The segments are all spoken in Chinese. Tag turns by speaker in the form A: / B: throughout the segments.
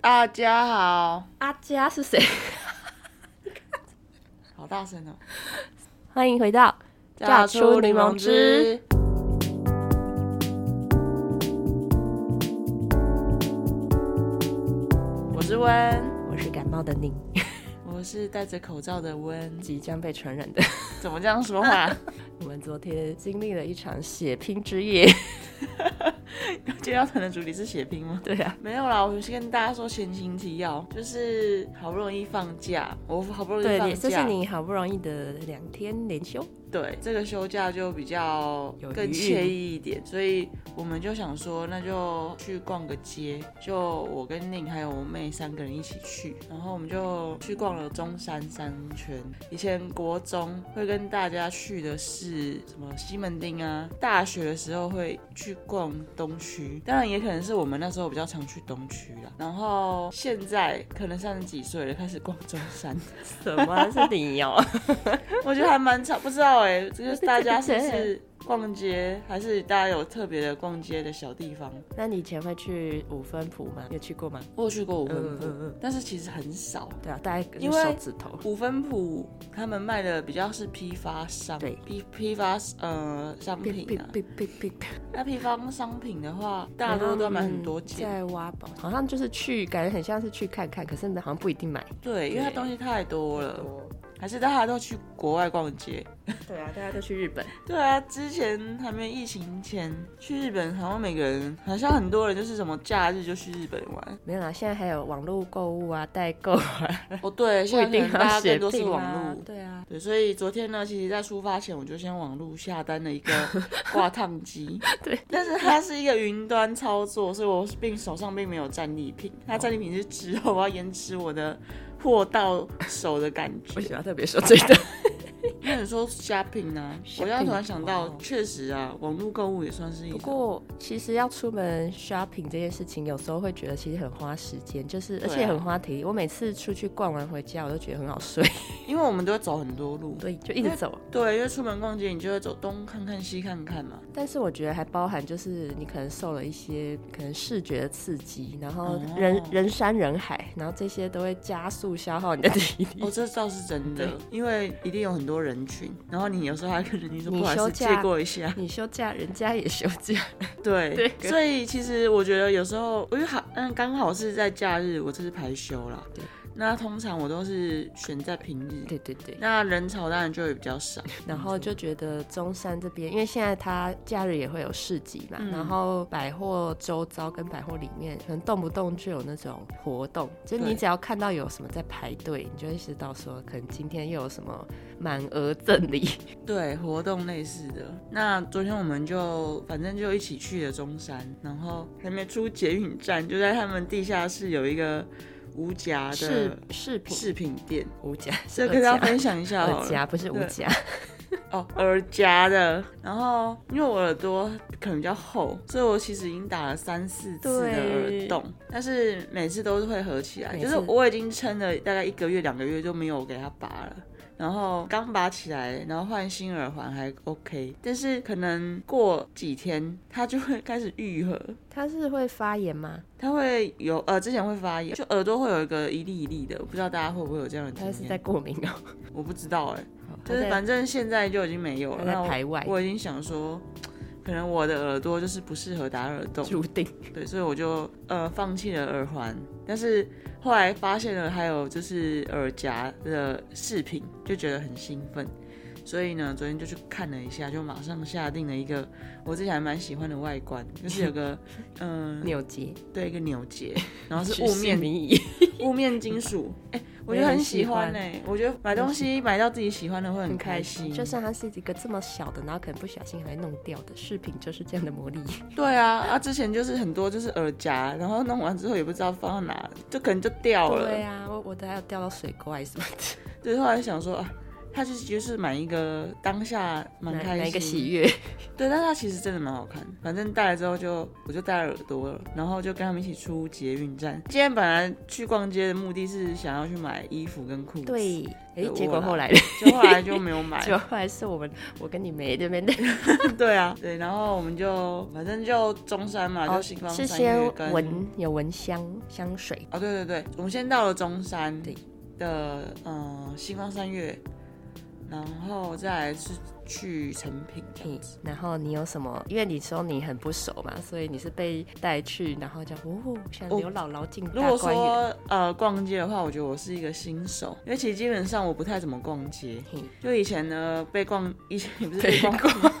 A: 大家好，
B: 阿佳是谁？
A: 好大声哦！
B: 欢迎回到
A: 榨出柠檬汁。我是温，
B: 我是感冒的您，
A: 我是戴着口罩的温。
B: 即将被传染的。
A: 怎么这样说话？
B: 我们昨天经历了一场血拼之夜。
A: 今天要谈的主题是血拼吗？
B: 对啊，
A: 没有啦，我先跟大家说前情提要，就是好不容易放假，我好不容易
B: 对，
A: 放
B: 你这
A: 假，
B: 是你好不容易的两天连休。
A: 对，这个休假就比较
B: 有
A: 更
B: 余
A: 惬
B: 韵
A: 意一点，所以我们就想说，那就去逛个街。就我跟宁还有我妹三个人一起去，然后我们就去逛了中山三圈。以前国中会跟大家去的是什么西门町啊，大学的时候会去逛东区，当然也可能是我们那时候比较常去东区啦。然后现在可能三十几岁了，开始逛中山。
B: 什么啊？是你哦？
A: 我觉得还蛮长，不知道哎、这就是大家是不是逛街，还是大家有特别的逛街的小地方？
B: 那你以前会去五分埔吗？有去过吗？
A: 我有去过五分
B: 嗯
A: 埔，
B: 嗯嗯
A: 但是其实很少。
B: 对啊，大概
A: 因
B: 用
A: 为
B: 手指头。
A: 五分埔他们卖的比较是批发商，
B: 对
A: 批批发呃商
B: 哔
A: 品
B: 哔
A: 啊。
B: 哔哔哔哔
A: 那批发商品的话，大多都要买很多
B: 然
A: 件，
B: 后他们在挖宝，好像就是去，感觉很像是去看看，可是好像不一定买。
A: 对，因为它东西太多了，还是大家都去国外逛街。
B: 哦对啊，大家都去日本。
A: 对啊，之前还没疫情前去日本，好像每个人好像很多人就是什么假日就去日本玩，
B: 没有啦，现在还有网络购物啊，代购啊，
A: 哦，对，现在
B: 不一定
A: 可能大家
B: 要
A: 更
B: 写
A: 多是
B: 病啊
A: 网络。
B: 对啊，
A: 对，所以昨天呢，其实在出发前我就先网络下单了一 个挂烫机，
B: 对，
A: 但是它是一个云端操作，所以我并手上并没有战利品，它战利品是之后我要延迟我的货到手的感觉
B: 为。什么要特别说这个？
A: 那你说 shopping 呢、我刚
B: Shopping，
A: 刚突然想到
B: 哦，
A: 确实啊，网络购物也算是一
B: 不
A: 种。
B: 过其实要出门 shopping 这件事情，有时候会觉得其实很花时间，就是而
A: 对
B: 且
A: 啊
B: 很花体力。我每次出去逛完回家，我都觉得很好睡，
A: 因为我们都会走很多路，
B: 所以就一直走。
A: 对，因为出门逛街你就会走东看看西看看嘛，
B: 但是我觉得还包含就是你可能受了一些可能视觉的刺激，然后
A: 哦
B: 人、人山人海，然后这些都会加速消耗你的体力。
A: 哦，这倒是真的
B: 对，
A: 因为一定有很多人群，然后你有时候还跟人群说
B: 你
A: 不好意思
B: 休假
A: 借过一 下，
B: 你休假，人家也休假，
A: 对，
B: 对
A: 所以其实我觉得有时候，因为好，嗯，刚好是在假日，我这是排休啦
B: 对，
A: 那通常我都是选在平日，
B: 对对对。
A: 那人潮当然就会比较 少，
B: 然后就觉得中山这边，因为现在它假日也会有市集嘛，
A: 嗯
B: 然后百货周遭跟百货里面，可能动不动就有那种活动，就是
A: 对
B: 你只要看到有什么在排队，你就会知道说，可能今天又有什么满额赠礼。
A: 对，活动类似的。那昨天我们就反正就一起去了中山，然后还没出捷运站，就在他们地下室有一个无 夹
B: 饰
A: 的
B: 饰品
A: 饰品店，
B: 无价，
A: 啊这
B: 二
A: 跟大家
B: 夹
A: 分享一下好
B: 二
A: 了。
B: 夹不是无
A: 对
B: 价，
A: 哦，耳夹的。然后因为我耳朵可能比较厚，所以我其实已经打了三四次的
B: 对
A: 耳洞，但是每次都是会合起来，
B: 每
A: 就
B: 次
A: 是我已经撑了大概一个月、两个月就没有给它拔了。然后刚拔起来，然后换新耳环还 OK，但是可能过几天它就会开始愈合，
B: 它是会发炎吗？
A: 它会有呃之前会发炎，就耳朵会有一个一粒一粒的，我不知道大家会不会有这样的经
B: 它是
A: 验，
B: 在过敏哦，
A: 我不知道哎、就
B: 它
A: 嗯是
B: 在
A: 反正现在就已经没有了。
B: 它在
A: 那我
B: 排外
A: 我已经想说，可能我的耳朵就是不适合打耳洞，
B: 注定
A: 对，所以我就呃放弃了耳环。但是后来发现了还有就是耳夹的饰品，就觉得很兴奋。所以呢，昨天就去看了一下，就马上下定了一个我自己还蛮喜欢的外观，就是有 个嗯、
B: 扭结，
A: 对，一个扭结，然后是
B: 居
A: 雾
B: 心
A: 面
B: 迷疑。
A: 雾面金属，哎、我
B: 我
A: 觉
B: 也
A: 得很
B: 很
A: 喜
B: 喜
A: 欢
B: 欢
A: 哎、我觉得买东 西买到自己喜欢的会很
B: 很
A: 开
B: 开
A: 心，
B: 心，就算它是一个这么小的，然后可能不小心还弄掉的饰品，就是这样 的魔力。
A: 对啊，啊，之前就是很多就是耳夹，然后弄完之后也不知道放到哪，就可能就掉了。
B: 对啊，我我的还有掉到水沟还是什么的，
A: 就是后来想说啊，它就是就是买一个当下蛮
B: 哪
A: 开心，
B: 哪一个喜悦？
A: 对，但它其实真的蛮好看。反正戴了之后就我就戴了耳朵了，然后就跟他们一起出捷运站。今天本来去逛街的目的是想要去买衣服跟裤子，，
B: 对，哎、
A: 对
B: 结
A: 我
B: 果
A: 啦
B: 后来，
A: 就后来就没有买
B: 结。果后来是我们我跟你没对不对？
A: 对啊，对，然后我们就反正就中山嘛，就星光
B: 哦是
A: 三月
B: 先
A: 跟
B: 闻有闻香香水，
A: 哦，对对对，我们先到了中山
B: 对
A: 的呃星光三月，然后再来是去成品这样
B: 嗯
A: 子。，
B: 然后你有什么？因为你说你很不熟嘛，所以你是被带去，然后就哦，像
A: 哦
B: 刘姥姥进
A: 如
B: 大
A: 果
B: 观园。
A: 说呃逛街的话，我觉得我是一个新手，因为其实基本上我不太怎么逛街。
B: 嘿
A: 就以前呢，被逛以前也不是被
B: 被
A: 逛，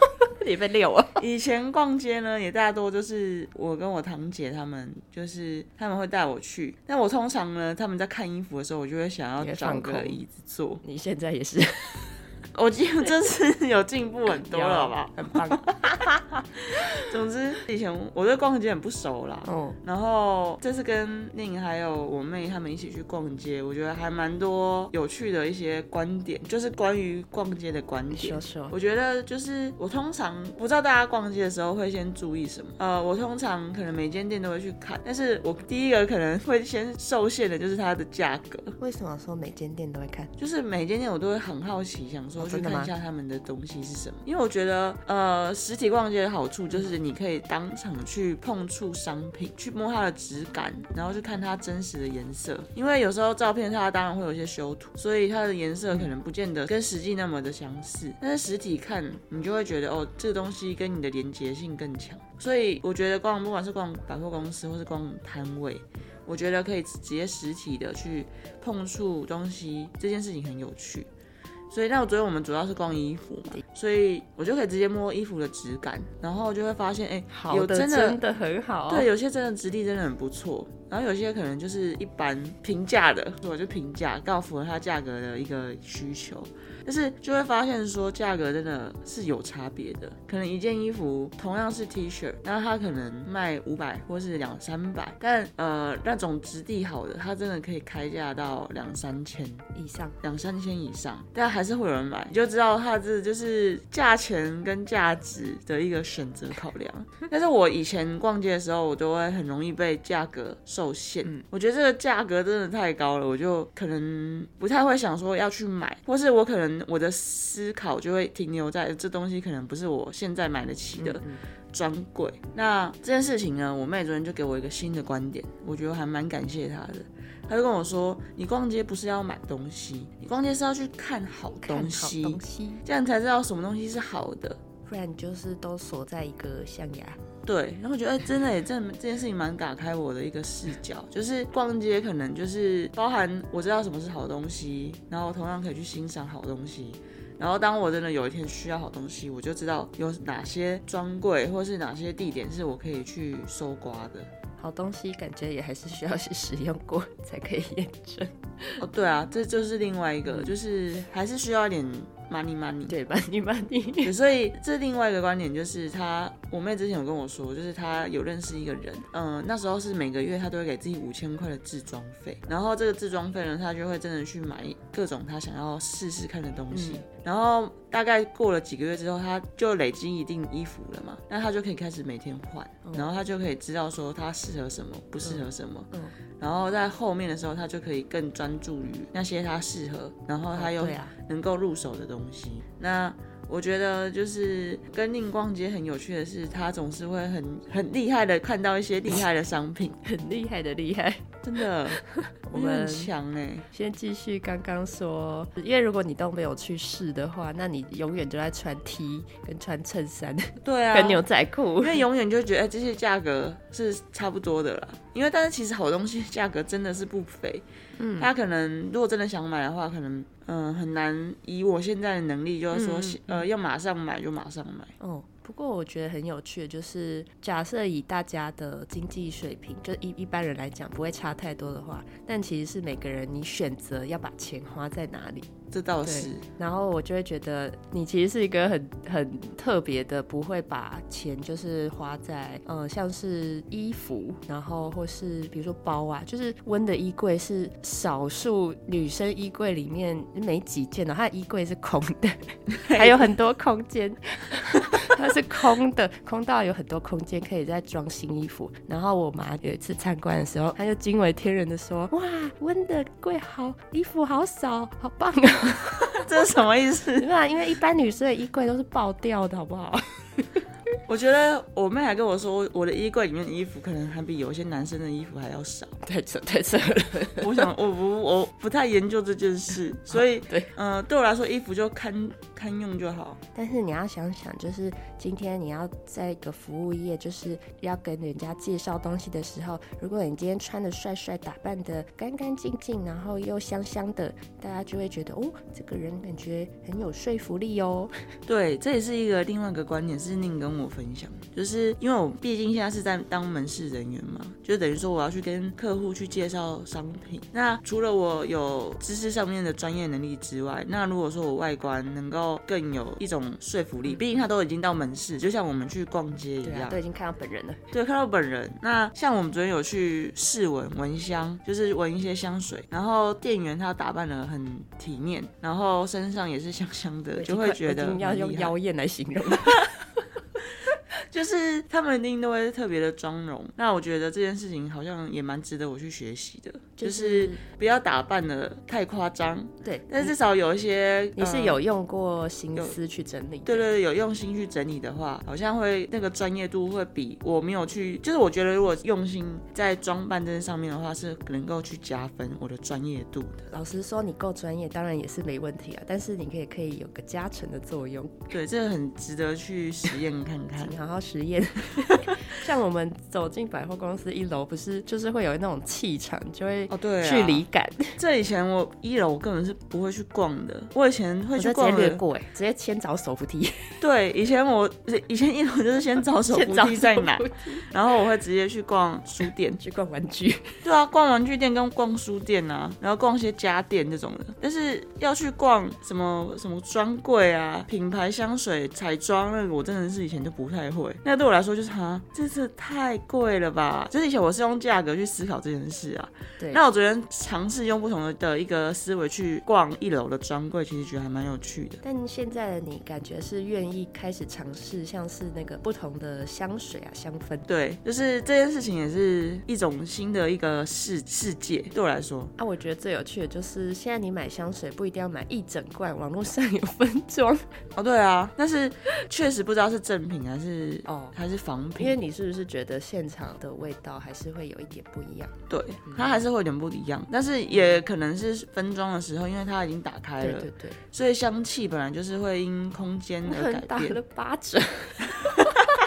B: 你被遛啊？
A: 以前逛街呢也大多就是我跟我堂姐他们，就是他们会带我去。但我通常呢，他们在看衣服的时候，我就会想要
B: 你会
A: 找
B: 放
A: 个
B: 空
A: 椅子坐。
B: 你现在也是
A: 我记得这次 有进步很多了，好不 好？？
B: 很棒
A: 总之，以前我对逛街很不熟啦。
B: 哦，
A: 然后这次跟宁还有我妹他们一起去逛街，我觉得还蛮多有趣的一些观点，就是关于逛街的观
B: 你
A: 点
B: 说。说，
A: 我觉得就是我通常不知道大家逛街的时候会先注意什么，呃，我通常可能每间店都会去看，但是我第一个可能会先受限的就是它的价格，
B: 为什么说每间店都会看？
A: 就是每间店我都会很好奇，想说
B: 哦
A: 去
B: 真的
A: 看
B: 吗
A: 一下他们的东西是什么，因为我觉得呃，实体逛街的好处就是你可以当场去碰触商品，去摸它的质感，然后去看它真实的颜色，因为有时候照片它当然会有一些修图，所以它的颜色可能不见得跟实际那么的相似，但是实体看你就会觉得哦，这个东西跟你的连结性更强，所以我觉得逛不管是逛百货公司或是逛摊位。我觉得可以直接实体的去碰触东西这件事情很有趣。所以，那我昨天我们主要是逛衣服嘛，所以我就可以直接摸衣服的质感，然后就会发现，哎、
B: 好
A: 有
B: 的，
A: 真的
B: 真的很好。
A: 对，，有些真的质地真的很不错，然后有些可能就是一般平价的，我就平价，刚好符合它价格的一个需求。但是就会发现说，价格真的是有差别的。可能一件衣服同样是 T 恤，那它可能卖五百或是两三百，但呃那种质地好的，它真的可以开价到两三千。
B: 以上
A: 两三千以上，但还是会有人买，你就知道它这就是价钱跟价值的一个选择考量。但是我以前逛街的时候，我都会很容易被价格受限，
B: 嗯
A: 我觉得这个价格真的太高了，我就可能不太会想说要去买，或是我可能我的思考就会停留在这东西可能不是我现在买得起
B: 嗯
A: 的，专柜。那这件事情呢，我妹昨天就给我一个新的观点，我觉得还蛮感谢她的。她就跟我说：“你逛街不是要买东西，你逛街是要去看好
B: 看
A: 东
B: 好
A: 西，
B: 东西，
A: 这样才知道什么东西是好的。
B: 不然就是都锁在一个象牙。”
A: 对，然后我觉得、哎真的也真的这件事情蛮打开我的一个视角，就是逛街可能就是包含我知道什么是好东西，然后同样可以去欣赏好东西。然后当我真的有一天需要好东西，我就知道有哪些专柜或是哪些地点是我可以去搜刮的。
B: 好东西感觉也还是需要去使用过才可以验证，
A: 哦，对啊，这就是另外一个，就是还是需要一点 money money。
B: 对吧？你把你
A: 对，所以这另外一个观点就是她，我妹之前有跟我说，就是她有认识一个人，嗯、那时候是每个月她都会给自己五千块的自装费，然后这个自装费呢，她就会真的去买各种她想要试试看的东西，
B: 嗯
A: 然后大概过了几个月之后，她就累积一定衣服了嘛，那她就可以开始每天换，然后她就可以知道说她适合什么，不适合什么，
B: 嗯
A: 然后在后面的时候，她就可以更专注于那些她适合，然后她又
B: 对啊，
A: 能够入手的东西。那我觉得就是跟宁逛街很有趣的是，他总是会很很厉害的看到一些厉害的商 品，
B: 很厉害的厉害。
A: 真的，
B: 我们
A: 很强哎、
B: 先继续刚刚说，因为如果你都没有去试的话，那你永远都在穿 T 跟穿衬衫、
A: 对啊，
B: 跟牛仔裤
A: 因。为永远就觉得、哎这些价格是差不多的啦。因为但是其实好东西价格真的是不菲，嗯，他可能如果真的想买的话，可能嗯、呃很难以我现在的能力，就是说、
B: 嗯
A: 呃要马上买就马上买，
B: 哦，不过我觉得很有趣的就是，假设以大家的经济水平，就一一般人来讲不会差太多的话，但其实是每个人你选择要把钱花在哪里。
A: 这倒是。
B: 然后我就会觉得你其实是一个很很特别的，不会把钱就是花在嗯、呃像是衣服，然后或是比如说包啊，就是温的衣柜是少数女生衣柜里面没几件的，她的衣柜是空的，还有很多空间， 它是空的，空到有很多空间可以再装新衣服。然后我妈有一次参观的时候，她就惊为天人的说：“哇，温的柜好，衣服好少，好棒啊！”
A: 这是什么意思？
B: 对啊，因为一般女生的衣柜都是爆掉的，好 不好？
A: 我觉得我妹还跟我说，我的衣柜里面的衣服可能还比有些男生的衣服还要少。
B: 太扯太扯了，
A: 我想，我不，我不太研究这件 事，所以，
B: 对，
A: 嗯、啊对我来说，衣服就堪堪用就好。
B: 但是你要想想，就是今天你要在一个服务业，就是要跟人家介绍东西的时候，如果你今天穿的帅帅，打扮的干干净净，然后又香香的，大家就会觉得哦，这个人感觉很有说服 力哦。
A: 对，这也是一个另外一个观点，是宁跟我分享，就是因为我毕竟现在是在当门市人员嘛，就等于说我要去跟客户去介绍商品。那除了我有知识上面的专业能力之外，那如果说我外观能够更有一种说服力，毕竟他都已经到门市，就像我们去逛街一
B: 对
A: 样
B: 啊，，都已经看到本人了。
A: 对，看到本人。那像我们昨天有去试闻闻香，就是闻一些香水，然后店员他打扮的很体面，然后身上也是香香的，就会觉得
B: 我已经要
A: 很
B: 用
A: 厉害
B: 妖艳来形容。
A: 就是他们一定都会特别的妆容。那我觉得这件事情好像也蛮值得我去学习的， 就
B: 就是
A: 是不要打扮的太夸张，
B: 对，
A: 但至少有一些
B: 你是
A: 呃
B: 有用过心
A: 有
B: 思去整理的。
A: 对对对，有用心去整理的话，好像会那个专业度会比我没有去，就是我觉得如果用心在装扮这件上面的话，是能够去加分我的专业度的。
B: 老实说，你够专业，当然也是没问题啊。但是你可以可以有个加成的作用，
A: 对，这个很值得去实验看看
B: 你。好好实验。像我们走进百货公司一楼，不是就是会有那种气场，就会
A: 哦，对、啊，
B: 距离感，
A: 这以前我一楼我根本是不会去逛的，我以前
B: 我
A: 会去
B: 就直接
A: 逛
B: 略
A: 的。
B: 过、哎，直接先找手扶梯，
A: 对，以前我以前一楼就是先找手
B: 先
A: 扶
B: 找
A: 梯在
B: 手
A: 哪
B: 扶，梯
A: 然后我会直接去逛书店。
B: 去逛玩具。
A: 对啊，逛玩具店跟逛书店啊，然后逛一些家电这种的，但是要去逛什么什么专柜啊、品牌香水、彩妆那个，我真的是以前就不太会。那对我来说就是哈，这次太贵了吧？就是以前我是用价格去思考这件事啊。
B: 对
A: 那我昨天尝试用不同的的一个思维去逛一楼的专柜，其实觉得还蛮有趣的。
B: 但现在的你感觉是愿意开始尝试，像是那个不同的香水啊、香氛。
A: 对，就是这件事情也是一种新的一个世世界，对我来说。
B: 啊，我觉得最有趣的就是，现在你买香水不一定要买一整罐，网络上有分装，
A: 哦，对啊，但是确实不知道是正品还是
B: 哦
A: 哦还是仿
B: 因为
A: 品，
B: 你是不是觉得现场的味道还是会有一点不一样？
A: 对，它还是会有点不一样，但是也可能是分装的时候，因为它已经打开
B: 对
A: 了，
B: 对对，
A: 所以香气本来就是会因空间而
B: 很打
A: 改变
B: 了。八折，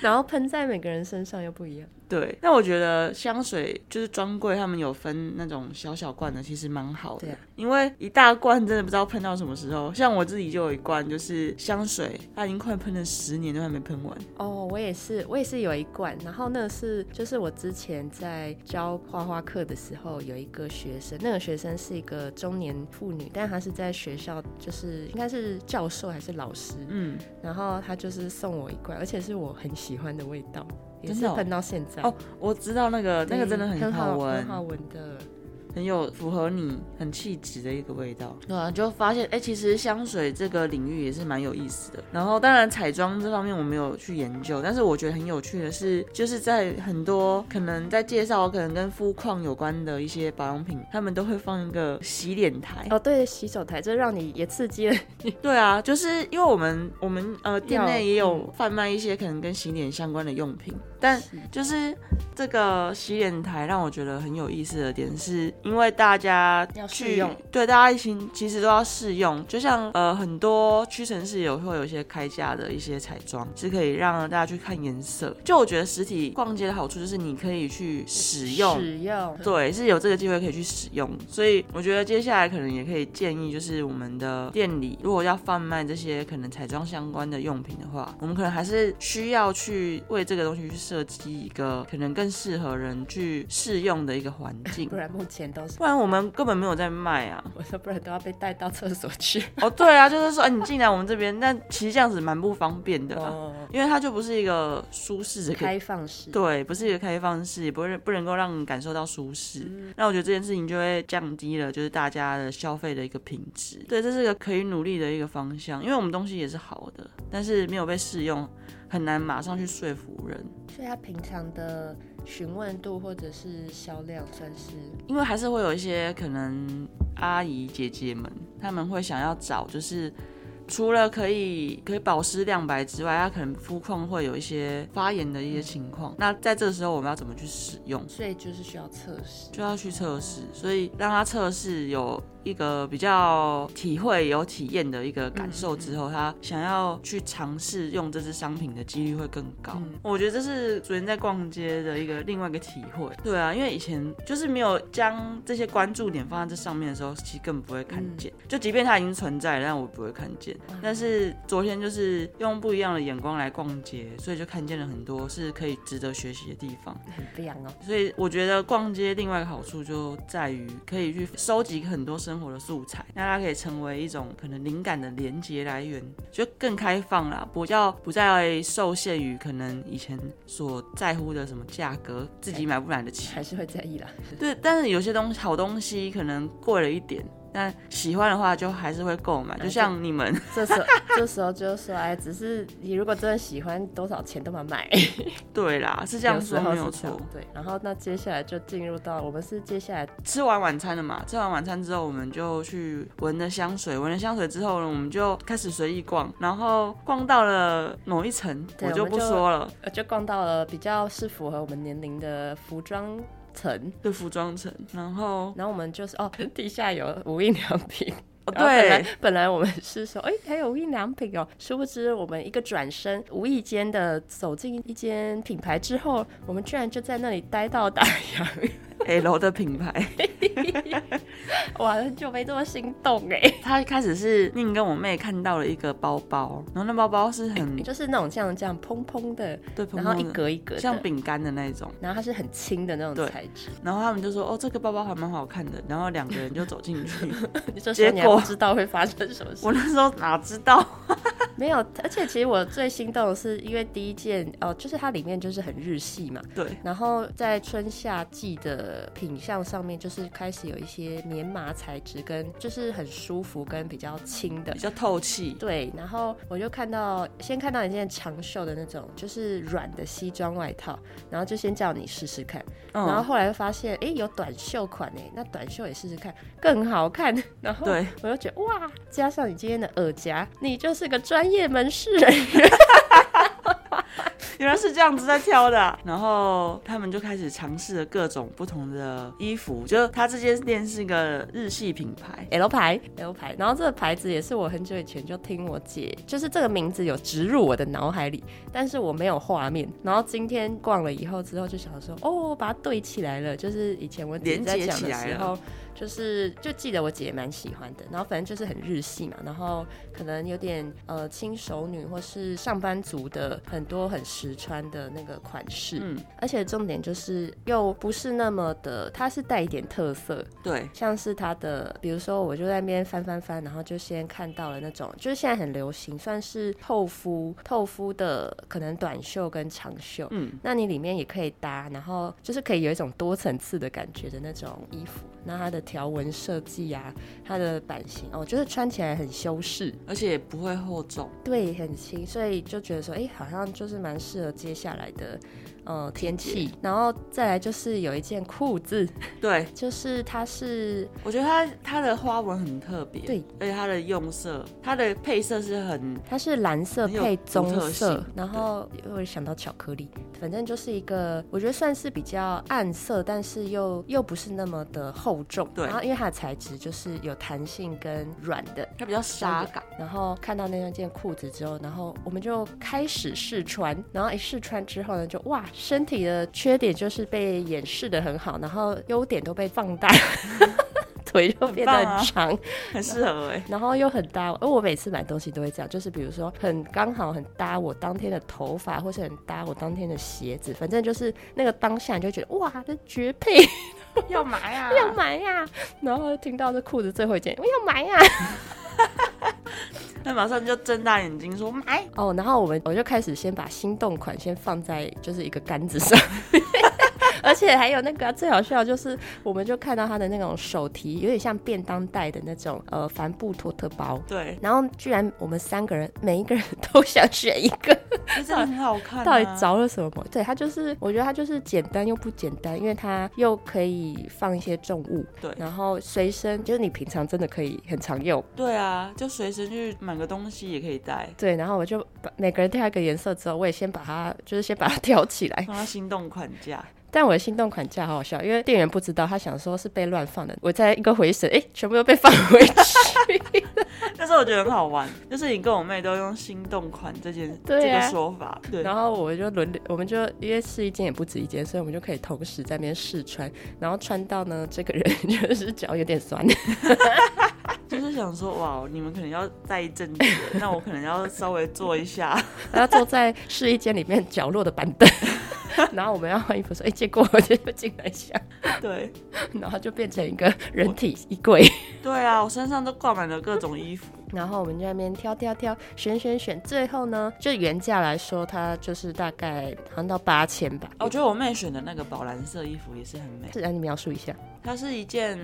B: 然后喷在每个人身上又不一样。
A: 对，那我觉得香水就是专柜他们有分那种小小罐的，其实蛮好的
B: 对啊，
A: 因为一大罐真的不知道喷到什么时候。像我自己就有一罐，就是香水，它已经快喷了十年都还没喷完。
B: 哦，我也是，我也是有一罐，然后那个是就是我之前在教画画课的时候，有一个学生，那个学生是一个中年妇女，但她是在学校，就是应该是教授还是老师，
A: 嗯，
B: 然后她就是送我一罐，而且是我很喜欢的味道，也
A: 真
B: 是
A: 的哦
B: 喷到现在。
A: 哦，我知道那个那个真的
B: 嗯很
A: 很好闻，
B: 很好闻的。
A: 很有符合你很气质的一个味道。对啊，就发现哎、其实香水这个领域也是蛮有意思的。然后当然彩妆这方面我没有去研究，但是我觉得很有趣的是，就是在很多可能在介绍可能跟肤况有关的一些保养品，他们都会放一个洗脸台。
B: 哦，对，洗手台，这让你也刺激了
A: 对啊，就是因为我们我们呃店
B: 要
A: 内也有
B: 嗯
A: 贩卖一些可能跟洗脸相关的用品，但就是这个洗脸台让我觉得很有意思的点，是因为大家
B: 要试
A: 去
B: 用，
A: 对大家一起其实都要试用。就像呃很多屈臣氏有会有一些开价的一些彩妆，是可以让大家去看颜色。就我觉得实体逛街的好处就是你可以去使用。
B: 使用，
A: 对，是有这个机会可以去使用，所以我觉得接下来可能也可以建议，就是我们的店里如果要贩卖这些可能彩妆相关的用品的话，我们可能还是需要去为这个东西去设计一个可能更适合人去试用的一个环境
B: 不，然目前都是
A: 不然我们根本没有在卖啊。
B: 我说不然都要被带到厕所去。
A: 哦，对啊，就是说，哎、你进来我们这边，但其实这样子蛮不方便的啊、
B: 哦，
A: 因为它就不是一个舒适的
B: 开放式。
A: 对，不是一个开放式，也不会不能够让你感受到舒适。那我觉得这件事情就会降低了，就是大家的消费的一个品质。对，这是个可以努力的一个方向，因为我们东西也是好的，但是没有被试用，很难马上去说服人，
B: 所以它平常的询问度或者是销量算是
A: 因为还是会有一些可能阿姨姐姐们，她们会想要找就是。除了可以可以保湿亮白之外，它可能肤况会有一些发炎的一些情况。那在这个时候，我们要怎么去使用？
B: 所以就是需要测试。
A: 就要去测试，所以让他测试有一个比较体会、有体验的一个感受之后，他想要去尝试用这支商品的几率会更高。我觉得这是昨天在逛街的一个另外一个体会。对啊，因为以前就是没有将这些关注点放在这上面的时候，其实根本不会看见。就即便它已经存在了，但我不会看见。但是昨天就是用不一样的眼光来逛街，所以就看见了很多是可以值得学习的地方。
B: 很亮哦，
A: 所以我觉得逛街另外一个好处就在于可以去收集很多生活的素材，那它可以成为一种可能灵感的连接来源，就更开放啦，不要不再受限于可能以前所在乎的什么价格，自己买不买得起。
B: 还是会在 意啦。
A: 对，但是有些东西好东西可能贵了一点。但喜欢的话，就还是会购买，就像你们，
B: 这时候这时候就说，哎，只是你如果真的喜欢，多少钱都嘛买。
A: 对啦，是这样说
B: 有时候
A: 没
B: 是
A: 有
B: 这
A: 错
B: 样。对，然后那接下来就进入到我们是接下来
A: 吃完晚餐了嘛，吃完晚餐之后，我们就去闻了香水，闻了香水之后呢，我们就开始随意逛，然后逛到了某一层，
B: 对
A: 我就
B: 我们
A: 不
B: 就
A: 说了，
B: 呃就逛到了比较是符合我们年龄的服装层，
A: 对服装层，然后
B: 然后我们就是哦，地下有无印良品。
A: 哦
B: 然后本来
A: 对，
B: 本来我们是说，哎、还有无印良品哦。殊不知，我们一个转身，无意间的走进一间品牌之后，我们居然就在那里待到打烊。
A: L 哎的品牌，
B: 哇，很久没这么心动哎、
A: 他一开始是宁跟我妹看到了一个包包，然后那包包是很
B: 就是那种像这样蓬蓬的，
A: 对蓬
B: 然后一
A: 蓬的，
B: 格一格的，
A: 嗯像饼干的那种。
B: 然后它是很轻的那
A: 对
B: 种材质。
A: 然后他们就说：“哦，这个包包还蛮好看的。”然后两个人就走进 去。
B: 你就
A: 结
B: 说你还不
A: 果
B: 知道会发生什么事，
A: 我那时候哪知道？
B: 没有。而且其实我最心动的是，因为第一件哦、呃就是它里面就是很日系嘛，
A: 对，
B: 然后在春夏季的品相上面，就是开始有一些棉麻材质跟就是很舒服跟比较轻的
A: 比。较透气。
B: 对，然后我就看到，先看到一件长袖的那种，就是软的西装外套，然后就先叫你试试看，然后
A: 嗯，
B: 后来发现，哎、有短袖款哎，那短袖也试试看，更好看。 然后
A: 对，
B: 我就觉得哇，加上你今天的耳夹，你就是个专业门市人员。
A: 原来是这样子在挑的啊、然后他们就开始尝试了各种不同的衣服，就是他这间店是个日系品牌，
B: L 牌，L 牌，然后这个牌子也是我很久以前就听我姐，就是这个名字有植入我的脑海里，但是我没有画面。然后今天逛了以后之后，就想说，哦，我把它对起来了，就是以前我姐
A: 连
B: 在
A: 接
B: 讲
A: 起
B: 的
A: 来
B: 时
A: 了
B: 候，就是就记得我姐也蛮喜欢的。然后反正就是很日系嘛，然后可能有点呃轻熟女或是上班族的很多很实穿的那个款式，
A: 嗯
B: 而且重点就是又不是那么的，它是带一点特色，
A: 对，
B: 像是它的，比如说我就在那边翻翻翻，然后就先看到了那种，就是现在很流行，算是透肤透肤的，可能短袖跟长袖，
A: 嗯，
B: 那你里面也可以搭，然后就是可以有一种多层次的感觉的那种衣服。那它的条纹设计啊，它的版型，哦，我觉得穿起来很修饰，
A: 而且也不会厚重，
B: 对，很轻，所以就觉得说，哎、好像就是蛮适合接下来的。呃，天气，然后再来就是有一件裤子，
A: 对
B: 就是它是
A: 我觉得它它的花纹很特别，
B: 对，
A: 而且它的用色，它的配色是很
B: 它是蓝色
A: 很有
B: 配
A: 独
B: 棕
A: 特
B: 色
A: 性，
B: 然后又想到巧克力，反正就是一个我觉得算是比较暗色，但是又又不是那么的厚重。
A: 对
B: 然后因为它的材质就是有弹性跟软的。
A: 它比较沙感，
B: 然后看到那件裤子之后，然后我们就开始试穿，然后一试穿之后呢，就哇，身体的缺点就是被掩饰的很好，然后优点都被放大。 腿就变得
A: 很棒啊
B: 很长，
A: 很适合哎、
B: 然后又很搭。而我每次买东西都会这样，就是比如说很刚好很搭我当天的头发，或是很搭我当天的鞋子，反正就是那个当下你就觉得哇，这绝配，
A: 要买啊
B: 要买呀、然后听到这裤子最后一件，我要买啊呀、
A: 那马上就睁大眼睛说买。
B: 哦，然后我们我就开始先把心动款先放在就是一个杆子上。 而且还有那个啊、最好笑的就是，我们就看到他的那种手提，有点像便当袋的那种呃帆布托特包，
A: 对，
B: 然后居然我们三个人每一个人都想选一个，
A: 这真的很好看、啊。
B: 到底着了什么？对，它就是，我觉得它就是简单又不简单，因为它又可以放一些重物，
A: 对
B: 然后随身就是你平常真的可以很常用，
A: 对啊，就随身去买个东西也可以带，
B: 对，然后我就把每个人挑一个颜色之后，我也先把它就是先把它 挑起来。
A: 放到心动款架。
B: 但我的心动款架好好笑，因为店员不知道，他想说是被乱放的。我在一个回神，哎、全部都被放回去。
A: 但是我觉得很好玩，就是你跟我妹都用心动款这件、
B: 对啊
A: 这个说法。对，
B: 然后我们就轮流，我们就因为试衣间也不止一间，所以我们就可以同时在那边试穿。然后穿到呢，这个人 就是脚有点酸，
A: 就是想说哇，你们可能要在意正 经，那我可能要稍微做一下。
B: 然后坐在试衣间里面角落的板凳。 然后我们要换衣服，说：“哎、结 果我就进来一下，
A: 对，
B: 然后就变成一个人体衣柜。
A: 对啊，我身上都挂满了各种衣服。
B: 然后我们就在那边挑挑挑，选选选，最后呢，就原价来说，它就是大概好像到八千吧。
A: 我觉得我妹选的那个宝蓝色衣服也是很美，
B: 是让你描述一下，
A: 它是一件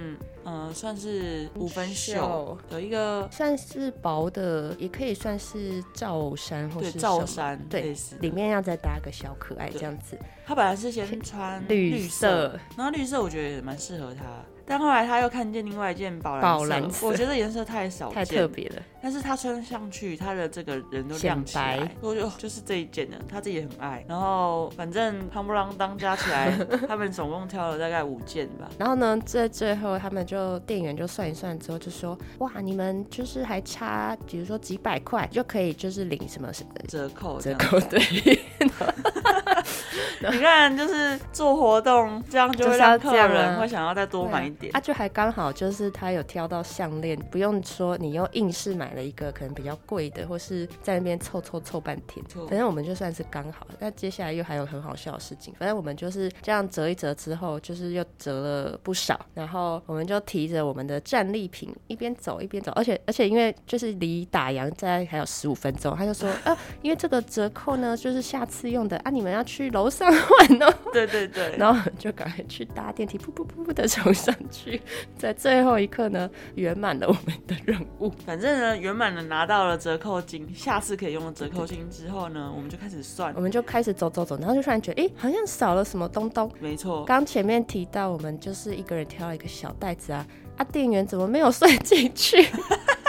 A: 嗯、呃算是五分袖，有一个
B: 算是薄的，也可以算是罩衫或
A: 对
B: 哦是
A: 罩
B: 什么，
A: 衫
B: 对
A: 类似。
B: 里面要再搭个小可爱这样子，
A: 她本来是先穿
B: 绿
A: 色，
B: 色。
A: 然后绿色我觉得也蛮适合她。但后来她又看见另外一件宝蓝
B: 宝蓝色
A: 我觉得颜色太少见，
B: 太特别了，
A: 但是她穿上去，她的这个人都亮起
B: 显
A: 来
B: 白，
A: 我就就是这一件的，她自己也很爱。然后反正夯不啷当加起 来，他们总共挑了大概五件吧。
B: 然后呢，在最后他们就店员就算一算之后就说，哇，你们就是还差，比如说几百块就可以就是领什么什么
A: 折扣这
B: 折
A: 样，
B: 扣，对，
A: 你看就是做活动，这样就
B: 就
A: 会
B: 是要
A: 让客
B: 这样啊
A: 人会想要再多买一点
B: 啊，。就还刚好就是他有挑到项链，不用说你又硬是买了一个可能比较贵的，或是在那边凑凑凑半天
A: 错，
B: 反正我们就算是刚好。那接下来又还有很好笑的事情，反正我们就是这样折一折之后，就是又折了不少，然后我们就提着我们的战利品一边走一边走，而且而且因为就是离打烊在还有十五分钟，他就说呃，因为这个折扣呢就是下次用的啊，你们要去楼上换哦。
A: 对对对，
B: 然后我们就赶快去搭电梯，噗噗噗噗的冲上去，在最后一刻呢，圆满了我们的任务。
A: 反正呢，圆满的拿到了折扣金，下次可以用的折扣金之后呢，我们就开始算
B: 我。们就开始走走走，然后就突然觉得，诶，好像少了什么东东。
A: 没错，
B: 刚前面提到，我们就是一个人挑了一个小袋子啊，啊，店员怎么没有算进去？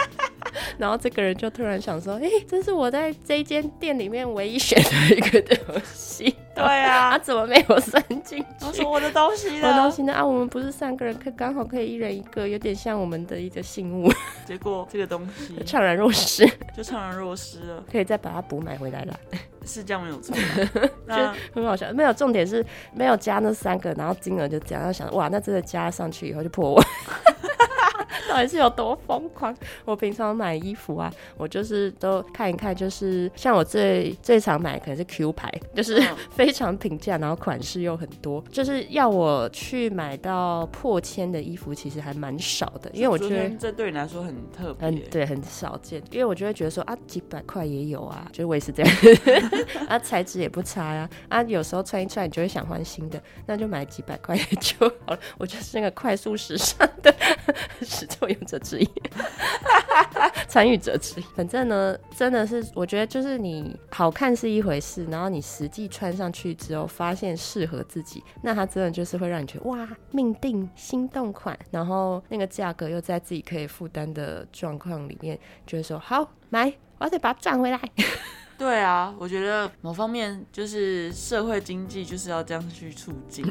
B: 然后这个人就突然想说，诶，这是我在这一间店里面唯一选的一个东西，
A: 对啊
B: 啊，，怎么没有算进
A: 我
B: 去
A: 说？我的东西
B: 我东
A: 呢？
B: 西呢？啊，我们不是三个人，可刚好可以一人一个，有点像我们的一个信物。
A: 结果这个东西
B: 怅然若失，
A: 就怅然若失了，
B: 可以再把它补买回来了，
A: 是这样没有 错吧。那
B: 很好笑。没有重点是没有加那三个，然后金额就这样，然后想哇，那真的加上去以后就破万。 到底是有多疯狂？我平常买衣服啊，我就是都看一看，就是像我最最常买的可能是 Q 牌，就是
A: 嗯
B: 非常平价，然后款式又很多。就是要我去买到破千的衣服，其实还蛮少的，因为我
A: 昨
B: 觉得
A: 天这对你来说很特
B: 很
A: 别，
B: 对，很少见，因为我就会觉得说啊，几百块也有啊，就是我也是这样， 啊，材质也不差呀、啊，有时候穿一穿你就会想换新的，那就买几百块也就好了。我就是那个快速时尚的始作俑者之一，参与者之一。反正呢，真的是我觉得就是你好看是一回事，然后你实际穿上去之后发现适合自己，那它真的就是会让你觉得哇，命定心动款，然后那个价格又在自己可以负担的状况里面，就会说好买。我要再把它 赚回来，
A: 对啊，我觉得某方面就是社会经济就是要这样去促 进，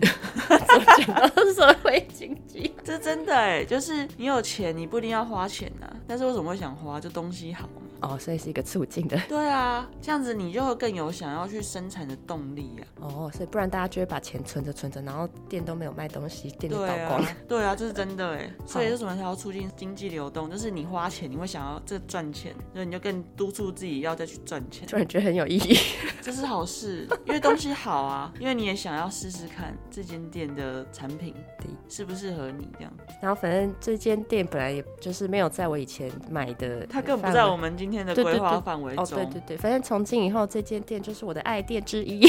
B: 社会经济。
A: 欸啊这真的哎、就是你有钱你不一定要花钱呐、但是为什么会想花？就东西好嘛。
B: 哦，所以是一个促进的
A: 对啊，这样子你就会更有想要去生产的动力啊。
B: 哦，所以不然大家就会把钱存着存着，然后店都没有卖东西，店就倒
A: 对
B: 光。
A: 啊， 对啊，这是真的哎。所以为什么它要促进经济流动？就是你花钱，你会想要这赚钱，所以你就更督促自己要再去赚钱，
B: 突然觉得很有意义，
A: 这是好事，因为东西好啊，因为你也想要试试看这间店的产品
B: 对
A: 适不适合你这样。
B: 然后反正这间店本来也就是没有在我以前买的，
A: 它更不在我。们今天的
B: 对对
A: 规划
B: 对
A: 范围
B: 哦，
A: 中。
B: 对对对，反正从今以后这间店就是我的爱店之一，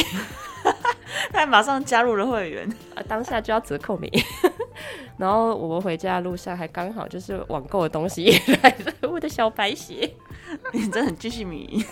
A: 他还马上加入了会员，
B: 啊，当下就要折扣名。 然后我们回家的路上还刚好就是网购的东西 也来了，我的小白鞋，
A: 你真的很继续迷。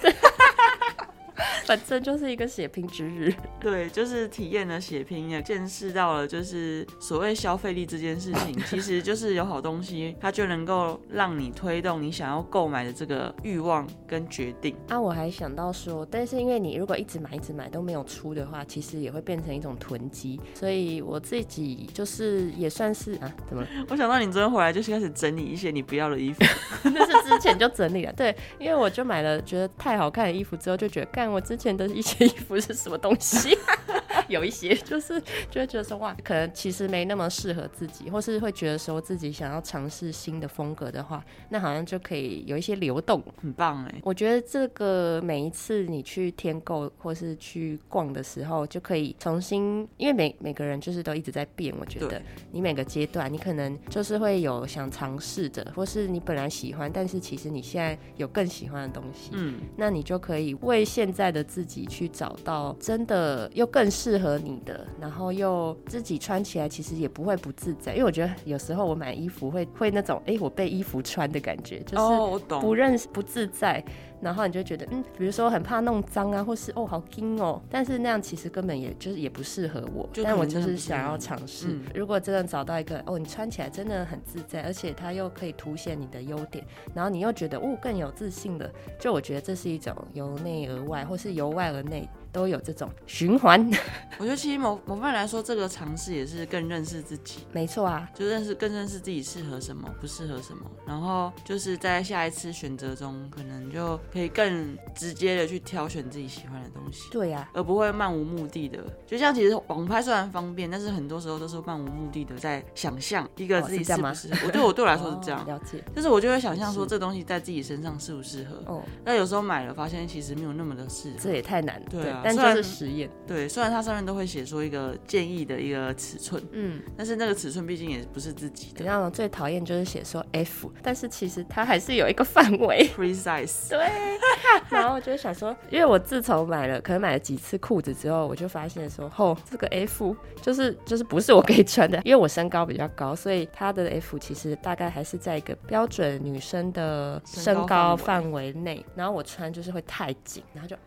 B: 反正就是一个血拼之日。
A: 对，就是体验了血拼，也见识到了就是所谓消费力这件事 情，其实就是有好东西，它就能够让你推动你想要购买的这个欲望跟决定。
B: 啊，我还想到说，但是因为你如果一直买一直买都没有出的话，其实也会变成一种囤积，所以我自己就是也算是啊，怎么了？
A: 我想到你昨天回来就是开始整理一些你不要的衣服，
B: 那是之前就整理了，对，因为我就买了觉得太好看的衣服之后，就觉得干我之前的一些衣服是什么东西， 有一些就是就会觉得说哇，可能其实没那么适合自己，或是会觉得说自己想要尝试新的风格的话，那好像就可以有一些流动，
A: 很棒哎。
B: 我觉得这个每一次你去添购或是去逛的时候，就可以重新，因为每每个人就是都一直在变。我觉得
A: 对
B: 你每个阶段，你可能就是会有想尝试的，或是你本来喜欢，但是其实你现在有更喜欢的东西，
A: 嗯，
B: 那你就可以为现在的自己去找到真的又更适合你的，然后又自己穿起来其实也不会不自在。因为我觉得有时候我买衣服会会那种，哎、我被衣服穿的感觉，就是。
A: 哦，我
B: 不
A: 懂。
B: 认识、不自在，然后你就觉得，嗯，比如说很怕弄脏啊，或是哦好惊哦，但是那样其实根本也就是也不适合我，
A: 就可
B: 但
A: 能
B: 我就
A: 真的
B: 是
A: 不适合
B: 想要
A: 你
B: 尝试。
A: 嗯
B: 如果真的找到一个哦，你穿起来真的很自在，而且它又可以凸显你的优点，然后你又觉得哦更有自信了，就我觉得这是一种由内而外，或是由外而内都有这种循环。
A: 我觉得其实某某方面来说，这个尝试也是更认识自己。
B: 没错啊，
A: 就认识更认识自己适合什么，不适合什么，然后就是在下一次选择中，可能就可以更直接的去挑选自己喜欢的东西，
B: 对啊呀、
A: 而不会漫无目的的。就像其实网拍虽然方便，但是很多时候都是漫无目的的在想象一个
B: 哦
A: 自己
B: 是这样
A: 适
B: 吗
A: 不适合。我对我对我来说是
B: 哦
A: 这样，
B: 了解
A: 就是我就会想象说
B: 是
A: 这东西在自己身上适不适合。
B: 哦，
A: 但有时候买了发现其实没有那么的适合。
B: 这也太难了，
A: 对啊
B: 但
A: 虽
B: 就
A: 然
B: 是实验，
A: 对，虽然它上面都会写说一个建议的一个尺寸，
B: 嗯。
A: 但是那个尺寸毕竟也不是自己的。
B: 怎样？最讨厌就是写说 F，但是其实它还是有一个范围
A: precise。
B: 对， 然后我就会想说，因为我自从买了，可能买了几次裤子之后，我就发现说，哦，这个 F 就是就是不是我可以穿的，因为我身高比较高，所以它的 F 其实大概还是在一个标准女生的
A: 身高
B: 身高
A: 范
B: 范围内，然后我穿就是会太紧，然后就
A: 就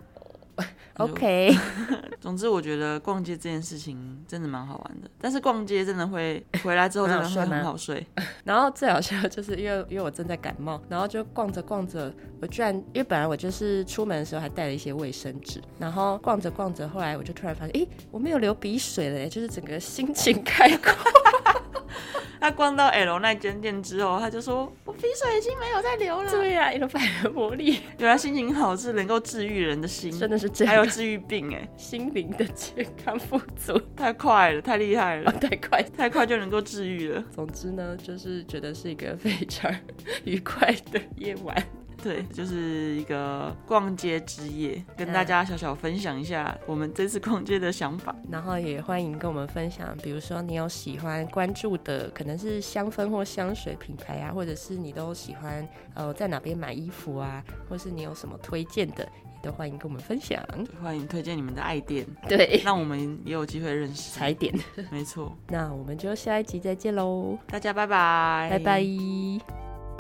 B: OK，
A: 总之，我觉得逛街这件事情真的蛮好玩的，但是逛街真的会 回来之后真的
B: 啊
A: 会很好睡。
B: 然后最好笑的就是因为因为我正在感冒，然后就逛着逛着，我居然因为本来我就是出门的时候还带了一些卫生纸，然后逛着逛着，后来我就突然发现，诶，我没有流鼻水了耶，就是整个心
A: 哦
B: 情开阔。
A: 他逛到 L 那间店之后，他就说：“我鼻水已经没有在流了。
B: 对呀、一种反人魔力，”
A: 原来心情好是能够治愈人的心，
B: 真的是这
A: 嗯还有
B: 样，
A: 治愈病、哎，
B: 心灵的健康富 足，
A: 太快了，太厉害了，
B: 太快。
A: 太快就能够治愈了。
B: 总之呢，就是觉得是一个非常 愉快的夜晚。
A: 对，就是一个逛街之夜，跟大家小小分享一下我们这次逛街的想法。
B: 然后也欢迎跟我们分享，比如说你有喜欢关注的，可能是香氛或香水品牌啊，或者是你都喜欢呃在哪边买衣服啊，或是你有什么推荐的，也都欢迎跟我们分享。
A: 欢迎推荐你们的爱店，
B: 对，
A: 让我们也有机会认识。
B: 踩点。
A: 没错，
B: 那我们就下一集再见喽，
A: 大家拜拜，
B: 拜拜。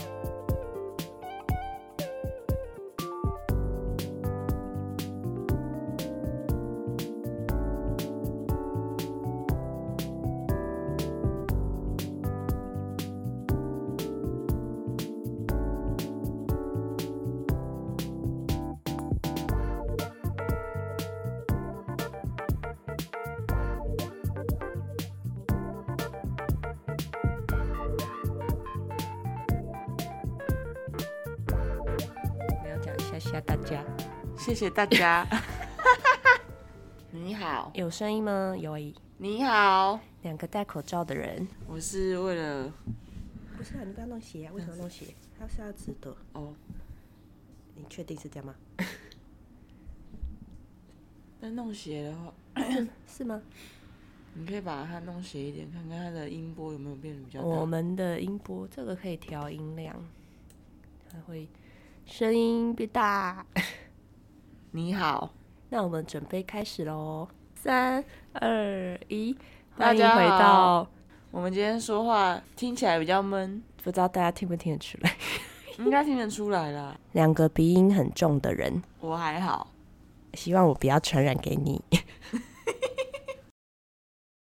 B: 谢大家。
A: 谢谢大家。 你好，
B: 有声音吗？有诶，
A: 你好，
B: 两个戴口罩的人。
A: 我是为了
C: 不是啊，你不要弄斜啊！为什么要弄斜？它是要直的。
A: 哦，
C: 你确定是这样吗？
A: 那弄斜的话，
C: 是吗？
A: 你可以把它弄斜一点，看看它的音波有没有变得比较
B: 我
A: 大。
B: 们的音波这个可以调音量，它会声音变大。
A: 你好，
B: 那我们准备开始喽，三二一，
A: 大
B: 欢迎
A: 家
B: 回
A: 好
B: 到。
A: 我们今天说话听起来比较闷，
B: 不知道大家听不听得出来，
A: 应该听得出来啦。
B: 两个鼻音很重的人，
A: 我还好，
B: 希望我不要传染给你。